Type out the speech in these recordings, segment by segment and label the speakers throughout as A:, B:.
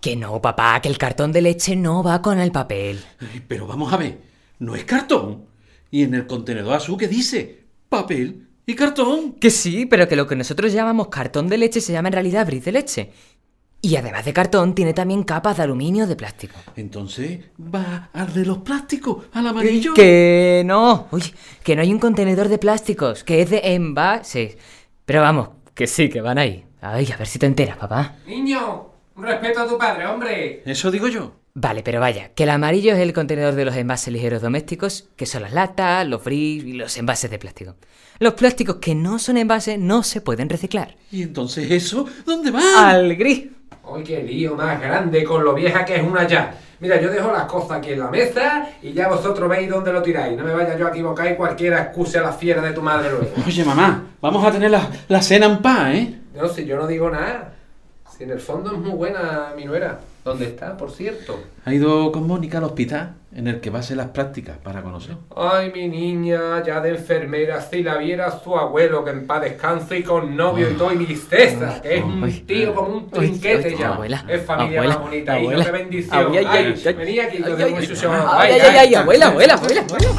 A: Que no, papá, que el cartón de leche no va con el papel.
B: Pero vamos a ver, no es cartón. Y en el contenedor azul que dice papel y cartón.
A: Que sí, pero que lo que nosotros llamamos cartón de leche se llama en realidad bris de leche. Y además de cartón, tiene también capas de aluminio de plástico.
B: Entonces va al de los plásticos, al amarillo.
A: Que no, uy, que no hay un contenedor de plásticos, que es de envases. Pero vamos, que sí, que van ahí. Ay, a ver si te enteras, papá.
C: Niño, un respeto a tu padre, hombre.
B: Eso digo yo.
A: Vale, pero vaya, que el amarillo es el contenedor de los envases ligeros domésticos, que son las latas, los bris y los envases de plástico. Los plásticos que no son envases no se pueden reciclar.
B: ¿Y entonces eso? ¿Dónde va?
A: Al gris.
C: Oye, qué lío más grande con lo vieja que es una ya. Mira, yo dejo las cosas aquí en la mesa y ya vosotros veis dónde lo tiráis. No me vaya yo a equivocar y cualquiera excuse a la fiera de tu madre luego.
B: Oye, mamá, vamos a tener la, la cena en paz, ¿eh?
C: No, si yo no digo nada. Si en el fondo es muy buena mi nuera. ¿Dónde está, por cierto?
B: Ha ido con Mónica al hospital, en el que va a hacer las prácticas para conocer.
C: Ay, mi niña, ya de enfermera, si la viera su abuelo que en paz descanse y con novio y todo, y mi tristeza, que es
A: Ay.
C: un tío como un
A: Ay,
C: trinquete
A: ay,
C: ya.
A: abuela,
C: es familia
A: abuela,
C: más bonita,
A: abuela.
C: hijo, qué bendición.
A: Ay, ay, ay, ay.
C: vení aquí, que
A: Ay,
C: os
A: ay,
C: doy muy
A: ay.
C: sucio.
A: Ay, ay, ay, ay, abuela, abuela, abuela, abuela.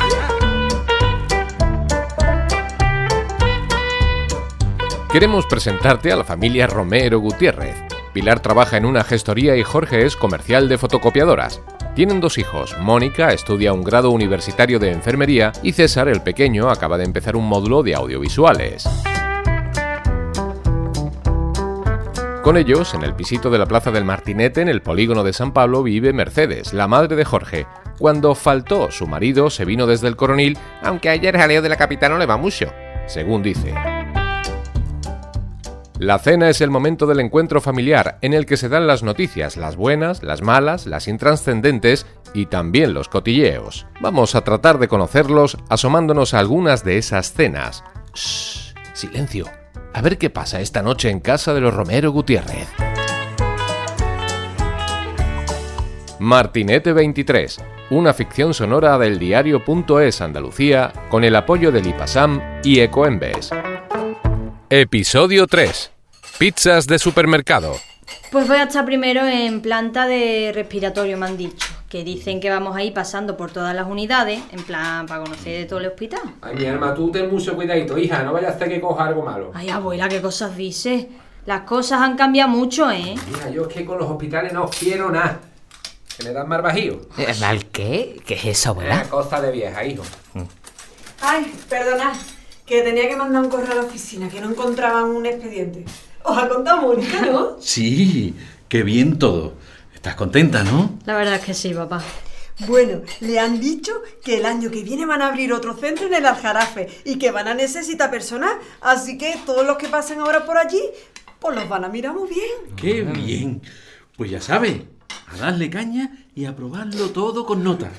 D: Queremos presentarte a la familia Romero Gutiérrez. Pilar trabaja en una gestoría y Jorge es comercial de fotocopiadoras. Tienen dos hijos. Mónica estudia un grado universitario de enfermería y César, el pequeño, acaba de empezar un módulo de audiovisuales. Con ellos, en el pisito de la Plaza del Martinete, en el polígono de San Pablo, vive Mercedes, la madre de Jorge. Cuando faltó su marido, se vino desde el coronil, aunque ayer jaleo de la capital no le va mucho, según dice. La cena es el momento del encuentro familiar en el que se dan las noticias, las buenas, las malas, las intranscendentes y también los cotilleos. Vamos a tratar de conocerlos asomándonos a algunas de esas cenas. Shh, silencio. A ver qué pasa esta noche en casa de los Romero Gutiérrez. Martinete 23, una ficción sonora del diario.es Andalucía con el apoyo del IPASAM y Ecoembes. Episodio 3. Pizzas de supermercado.
E: Pues voy a estar primero en planta de respiratorio, me han dicho. Que dicen que vamos a ir pasando por todas las unidades, en plan para conocer de todo el hospital.
C: Ay, mi alma, tú ten mucho cuidadito, hija, no vayas a hacer que coja algo malo.
E: Ay, abuela, qué cosas dices. Las cosas han cambiado mucho, ¿eh?
C: Mira, yo es que con los hospitales no quiero nada. Que me dan más bajío.
A: Eh, ¿Al qué? ¿Qué es eso, abuela?
C: Una cosa de vieja, hijo.
F: Ay, perdonad, que tenía que mandar un correo a la oficina, que no encontraban un expediente. Os ha contado Mónica, ¿no?
B: Sí, qué bien todo. Estás contenta, ¿no?
E: La verdad es que sí, papá.
F: Bueno, le han dicho que el año que viene van a abrir otro centro en el Aljarafe y que van a necesitar personal, así que todos los que pasen ahora por allí, pues los van a mirar muy bien.
B: Qué bien. Pues ya sabes, a darle caña y a probarlo todo con nota.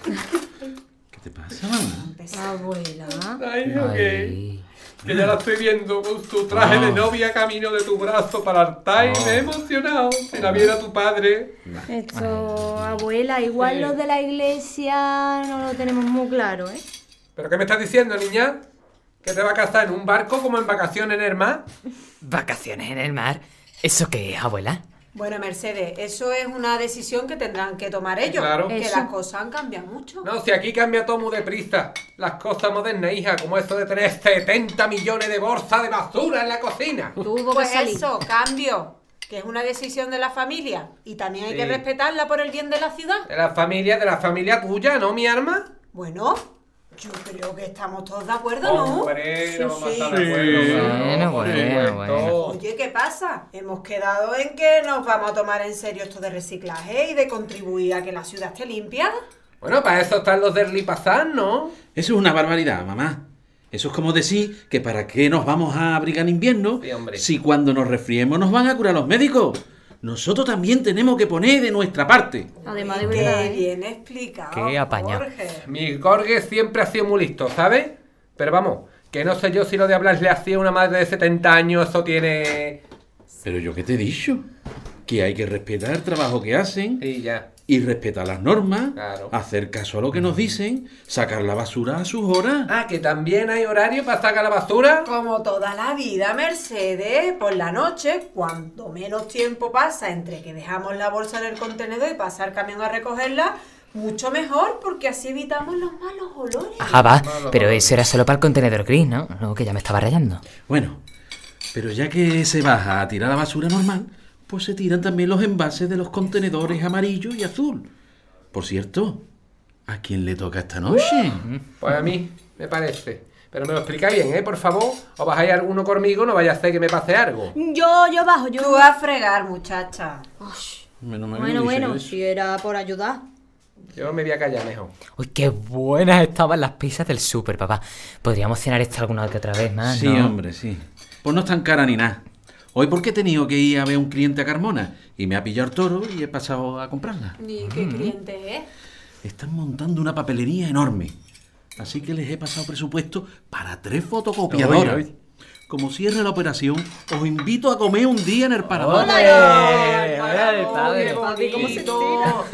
B: ¿Qué te pasa, mamá?
E: Abuela.
C: Ay,
A: Ay.
C: Que ya la estoy viendo con su traje
A: Ah.
C: de novia camino de tu brazo para Artai. Me he emocionado. Si la viera tu padre.
E: Esto, abuela, igual lo de la iglesia no lo tenemos muy claro, ¿eh?
C: ¿Pero qué me estás diciendo, niña? ¿Que te va a casar en un barco como en vacaciones en el mar?
A: ¿Vacaciones en el mar? ¿Eso qué es, abuela?
F: Bueno, Mercedes, eso es una decisión que tendrán que tomar
C: ellos, Claro. que
E: Eso. las
F: cosas han cambiado mucho.
C: No, si aquí cambia todo muy deprisa. Las cosas modernas, hija, como esto de tener 70 millones de bolsas de basura en la cocina.
E: Tuvo
G: Pues
E: que salir.
G: eso, cambio, que es una decisión de la familia y también hay que
C: Sí.
G: respetarla por el bien de la ciudad.
C: De la familia, de la familia tuya, ¿no, mi arma?
G: Bueno, yo creo que estamos todos de acuerdo, ¿no?
C: Hombre, no vamos a estar
F: Sí,
C: de acuerdo,
B: sí.
C: claro,
A: Bueno,
C: por
A: bueno,
C: supuesto.
G: Oye, ¿qué pasa? Hemos quedado en que nos vamos a tomar en serio esto de reciclaje y de contribuir a que la ciudad esté limpia.
C: Bueno, para eso están los del Lipazán, ¿no?
B: Eso es una barbaridad, mamá. Eso es como decir que para qué nos vamos a abrigar en invierno
C: Sí, hombre.
B: si cuando nos resfriemos nos van a curar los médicos. Nosotros también tenemos que poner de nuestra parte.
E: Además de
G: Qué
E: verdad. ¿eh?
G: bien explicado.
A: Qué apañado.
G: Jorge.
C: Mi Gorge siempre ha sido muy listo, ¿sabes? Pero vamos, que no sé yo si lo de hablarle así a una madre de 70 años, eso tiene...
B: Pero yo qué te he dicho. que hay que respetar el trabajo que hacen
C: Y ya.
B: y respetar las normas,
C: Claro.
B: hacer caso a lo que nos dicen, sacar la basura a sus horas.
C: Ah, que también hay horario para sacar la basura.
G: Como toda la vida, Mercedes, por la noche, cuanto menos tiempo pasa entre que dejamos la bolsa en el contenedor y pasar el camión a recogerla, mucho mejor porque así evitamos los malos olores.
A: Ajá, va, pero eso era solo para el contenedor gris, ¿no? Luego que ya me estaba rayando.
B: Bueno, pero ya que se baja a tirar la basura normal, pues se tiran también los envases de los contenedores amarillo y azul. Por cierto, ¿a quién le toca esta noche? Uh.
C: Pues a mí, me parece. Pero me lo explica bien, ¿eh? Por favor, o bajáis alguno conmigo, no vaya a hacer que me pase algo.
E: Yo, yo bajo, yo.
G: Tú a fregar, muchacha.
E: Ush.
B: Menos mal que
E: Bueno,
B: no dice
E: bueno,
B: eso.
E: si era por ayudar.
C: Yo me voy a callar mejor.
A: Uy, qué buenas estaban las pizzas del súper, papá. Podríamos cenar esto alguna que otra vez más,
B: Sí,
A: ¿no?
B: hombre, sí. Pues no es tan cara ni nada. Hoy porque he tenido que ir a ver a un cliente a Carmona y me ha pillado el toro y he pasado a comprarla.
G: ¿Y qué
C: Mm.
G: cliente ¿eh? es?
B: Están montando una papelería enorme. Así que les he pasado presupuesto para tres fotocopiadoras.
C: Ay, ay.
B: Como cierre la operación, os invito a comer un día en el parador.
A: Ole, ole, padre.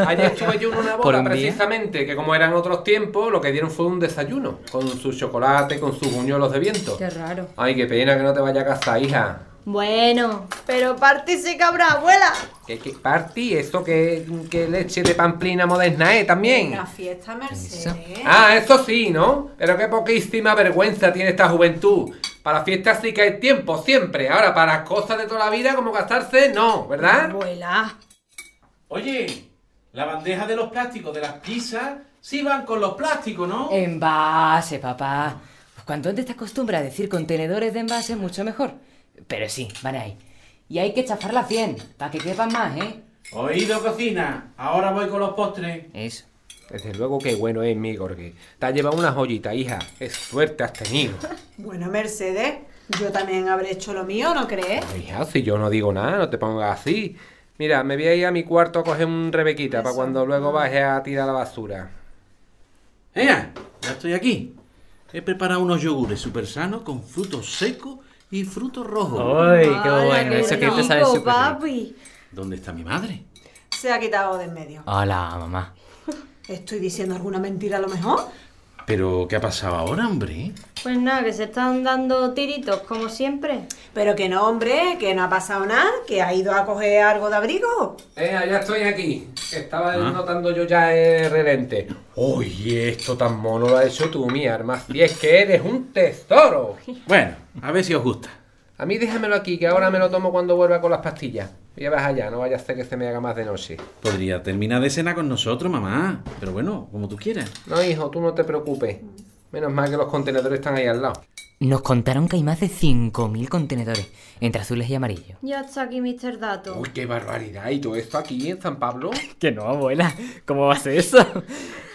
C: Ayer estuve yo en una
A: Por
C: boda,
A: un día.
C: precisamente, que como eran otros tiempos, lo que dieron fue un desayuno, con su chocolate, con sus buñuelos de viento.
E: Qué raro.
C: Ay, qué pena que no te vaya a casa, hija.
E: Bueno, pero parte se cabra, abuela.
C: ¿Qué, qué party? ¿Eso qué, qué leche de pamplina moderna, eh? También.
G: Una fiesta, Mercedes.
C: Ah, eso sí, ¿no? Pero qué poquísima vergüenza tiene esta juventud. Para fiestas sí que hay tiempo, siempre. Ahora, para las cosas de toda la vida, como gastarse, no, ¿verdad?
E: Abuela.
B: Oye, la bandeja de los plásticos de las pizzas sí van con los plásticos, ¿no?
A: Envase, papá. Pues cuanto antes te acostumbras a decir contenedores de envase, mucho mejor. Pero sí, van ahí. Y hay que chafar las 100, para que quepan más, ¿eh?
B: Oído cocina, ahora voy con los postres.
A: Eso.
C: Desde luego que bueno es mi Gorgui. Te has llevado una joyita, hija. Es suerte has tenido.
G: Bueno, Mercedes, yo también habré hecho lo mío, ¿no crees?
C: Hija, si yo no digo nada, no te pongas así. Mira, me voy a ir a mi cuarto a coger un rebequita para cuando luego baje a tirar la basura.
B: ¡Ea! Ya estoy aquí. He preparado unos yogures super sanos con frutos secos y frutos
C: Oh.
B: rojos.
A: ¡Ay,
E: Ay, rico, papi.
B: ¿Dónde está mi madre?
G: Se ha quitado de en medio.
A: Hola, mamá.
G: ¿Estoy diciendo alguna mentira a lo mejor?
B: Pero, ¿qué ha pasado ahora, hombre?
E: Pues nada, que se están dando tiritos como siempre.
G: Pero que no, hombre, que no ha pasado nada, que ha ido a coger algo de abrigo.
C: Eh, ya estoy aquí. Estaba
B: Ah.
C: notando yo ya el relente. Oye, esto tan mono lo has hecho tú, mi arma. Y es que eres un tesoro.
B: Bueno, a ver si os gusta.
C: A mí déjamelo aquí, que ahora me lo tomo cuando vuelva con las pastillas. Llevas allá, no vaya a ser que se me haga más de noche.
B: Podría terminar de cena con nosotros, mamá. Pero bueno, como tú quieras.
C: No, hijo, tú no te preocupes. Menos mal que los contenedores están ahí al lado.
A: Nos contaron que hay más de 5.000 contenedores, entre azules y amarillos.
E: Ya está aquí Mr. Dato.
C: Uy, qué barbaridad. ¿Y todo esto aquí en San Pablo?
A: Que no, abuela. ¿Cómo va a ser eso?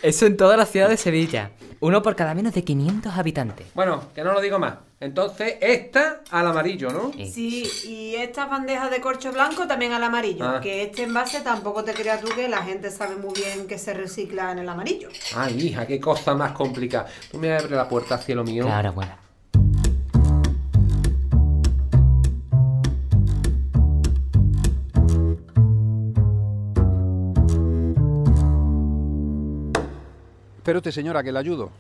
A: Eso en toda la ciudad de Sevilla. Uno por cada menos de 500 habitantes.
C: Bueno, que no lo digo más. Entonces, esta al amarillo, ¿no?
A: Eh,
G: Sí, y estas bandejas de corcho blanco también al amarillo.
C: Ah.
G: Que este envase tampoco te creas tú que la gente sabe muy bien que se recicla en el amarillo.
C: Ay, hija, qué cosa más complicada. Tú me abres la puerta, cielo mío.
A: Claro, abuela.
H: Espérate, señora, que le ayudo.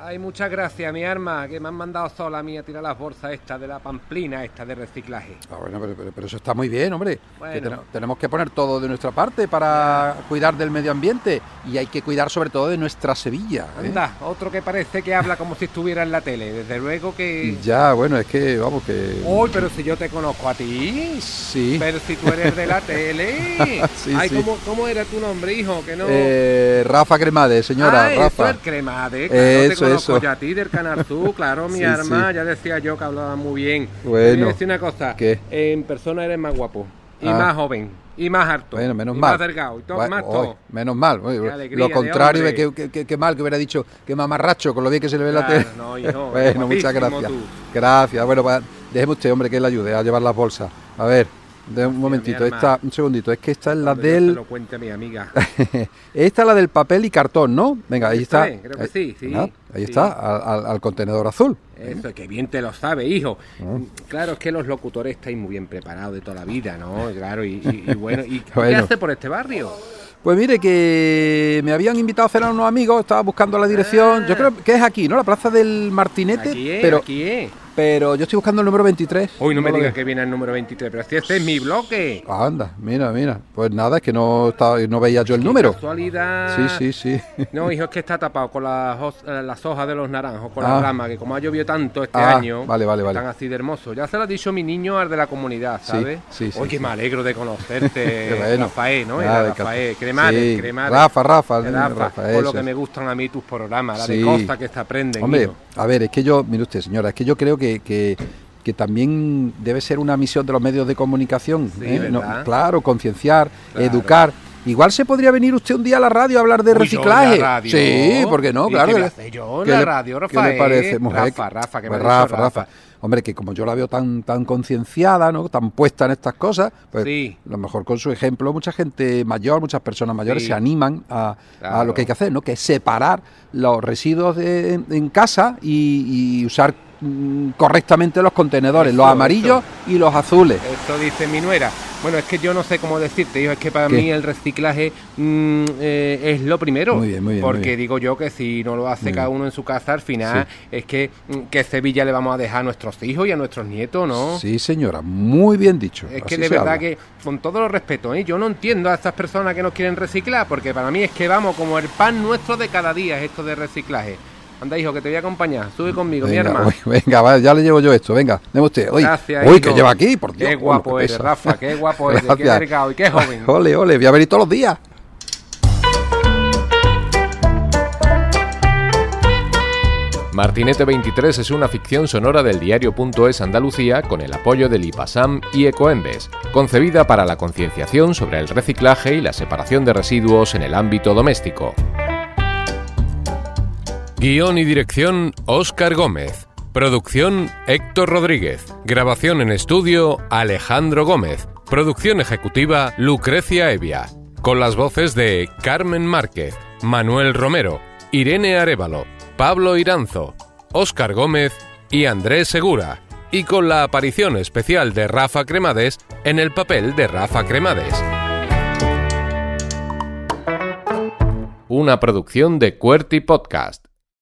C: Ay, muchas gracias, mi arma, que me han mandado sola a mí a tirar las bolsas estas de la pamplina esta de reciclaje.
H: Ah, bueno, pero, pero- pero eso está muy bien, hombre.
C: Bueno.
H: Que teno- tenemos que poner todo de nuestra parte para cuidar del medio ambiente y hay que cuidar sobre todo de nuestra Sevilla. ¿eh?
C: Anda, otro que parece que habla como si estuviera en la tele. Desde luego que...
H: Ya, bueno, es que, vamos, que...
C: Uy, pero si yo te conozco a ti.
H: Sí.
C: Pero si tú eres de la tele.
H: Sí,
C: Ay,
H: sí.
C: ¿cómo, ¿cómo era tu nombre, hijo? Que no...
H: Eh, Rafa Cremades, señora,
C: ah, eso
H: Rafa.
C: es cremade, claro, te
H: Eso,
C: conozco
H: eso.
C: yo a ti del canal tú, claro, mi
H: Sí,
C: arma,
H: sí.
C: ya decía yo que hablaba muy bien.
H: Bueno.
C: Te voy a decir una cosa,
H: ¿Qué?
C: en persona eres más guapo, y
H: Ah.
C: más joven, y más harto,
H: Bueno, menos
C: y
H: mal.
C: más delgado, y todo,
H: Bueno,
C: más
H: hoy,
C: todo.
H: menos mal. Oye,
C: Qué alegría
H: lo
C: de
H: contrario,
C: hombre.
H: qué, qué- qué- qué mal que hubiera dicho que mamarracho con lo bien que se le ve la
C: Claro,
H: tele.
C: no, hijo,
H: bueno, muchas
C: guapísimo
H: gracias. pues,
C: tú.
H: Gracias. Bueno, va, déjeme usted, hombre, que le ayude a llevar las bolsas. A ver, de un momentito,
C: mi alma.
H: esta, un segundito, es que esta es la
C: Cuando yo te
H: del...
C: lo cuente a mi amiga.
H: esta es la del papel y cartón, ¿no? Venga, ahí
C: Está
H: está.
C: bien, creo que sí, sí,
H: Ah, ahí
C: sí.
H: está, al, al- al contenedor azul.
C: Eso, que bien te lo sabe, hijo.
H: Ah.
C: Claro, es que los locutores estáis muy bien preparados de toda la vida, ¿no? Claro, y, y- y bueno, ¿y qué
H: Bueno.
C: hace por este barrio?
H: Pues mire que me habían invitado a cenar unos amigos, estaba buscando la dirección, yo creo que es aquí, ¿no? La plaza del Martinete,
C: Ah. Aquí es,
H: pero
C: aquí es.
H: pero yo estoy buscando el número 23.
C: Hoy no me
H: lo
C: digas
H: veo.
C: que viene el número 23, pero si este es mi bloque.
H: Ah, Anda, mira, mira. Pues nada, es que no estaba, no veía yo el número.
C: Casualidad.
H: Sí, sí, sí.
C: No, hijo, es que está tapado con las, ho- eh, las hojas de los naranjos, con
H: Ah.
C: las ramas, que como ha llovido tanto este
H: Ah,
C: año,
H: vale, vale, vale.
C: están así de hermosos. Ya se lo ha dicho mi niño al de la comunidad,
H: Sí,
C: ¿sabes?
H: sí, sí,
C: Oye,
H: sí.
C: me alegro de conocerte,
H: Qué bueno.
C: Rafael, ¿no?
H: Nada,
C: Era
H: que-
C: Rafael, Cremades,
H: sí.
C: Cremades.
H: Rafa, Rafa,
C: Eh,
H: el
C: Rafa,
H: Rafael,
C: por lo
H: sí.
C: que me gustan a mí tus programas, la
H: Sí.
C: de costa que te aprenden.
H: Hombre,
C: hijo.
H: a ver, es que yo, mire usted, señora, es que yo creo que, que- que también debe ser una misión de los medios de comunicación.
C: Sí,
H: ¿eh? No,
C: ¿verdad?
H: claro, concienciar,
C: Claro.
H: educar. Igual se podría venir usted un día a la radio a hablar de
C: Uy, yo en la
H: reciclaje.
C: radio.
H: Sí, porque no,
C: ¿Y
H: claro.
C: qué
H: que
C: voy a
H: le-
C: hacer yo en
H: ¿qué
C: la
H: le-
C: radio,
H: ¿Qué le
C: Rafael?
H: parece, mujer?
C: Rafa, Rafa, que me
H: Pues
C: ha dicho
H: Rafa,
C: Rafa.
H: Rafa. Hombre, que como yo la veo tan, tan concienciada, ¿no? tan puesta en estas cosas, pues
C: Sí.
H: a lo mejor con su ejemplo, mucha gente mayor, muchas personas mayores
C: Sí.
H: se animan a, a lo
C: Claro.
H: que hay que hacer, ¿no? Que es separar los residuos de- en, en casa y, y usar mm, correctamente los contenedores, los
C: Eso,
H: amarillos y los azules.
C: Esto dice mi nuera. Bueno, es que yo no sé cómo decirte, hijo, es que para
H: ¿Qué?
C: mí el reciclaje mm, eh, es lo primero.
H: Muy bien, muy bien, muy
C: Porque
H: bien. Mm.
C: digo yo que si no lo hace cada uno en su casa, al final es que mm, ¿qué Sevilla le vamos a dejar a nuestros hijos y a nuestros nietos, ¿no?
H: Sí, señora, muy bien dicho.
C: Es
H: Así
C: que de
H: se
C: verdad
H: habla.
C: que, con todo los respeto, ¿eh? yo no entiendo a estas personas que nos quieren reciclar, porque para mí es que vamos como el pan nuestro de cada día es esto de reciclaje. Anda, hijo, que te voy a acompañar. Sube conmigo, mi
H: Venga,
C: hermano.
H: uy, venga, va, ya le llevo yo esto, venga, deme usted. Uy,
C: Gracias,
H: uy
C: hijo.
H: que lleva aquí, por Dios.
C: Qué
H: uy, lo
C: guapo
H: que
C: eres,
H: pesa.
C: Rafa, qué guapo eres, qué
H: Gracias.
C: delgado y qué joven.
H: Ole, ole, voy a venir todos los días.
D: Martinete 23 es una ficción sonora del diario.es Andalucía con el apoyo del IPASAM y Ecoembes, concebida para la concienciación sobre el reciclaje y la separación de residuos en el ámbito doméstico. Guión y dirección Óscar Gómez. Producción Héctor Rodríguez. Grabación en estudio Alejandro Gómez. Producción ejecutiva Lucrecia Evia. Con las voces de Carmen Márquez, Manuel Romero, Irene Arevalo, Pablo Iranzo, Óscar Gómez y Andrés Segura. Y con la aparición especial de Rafa Cremades en el papel de Rafa Cremades. Una producción de Cuerty Podcast.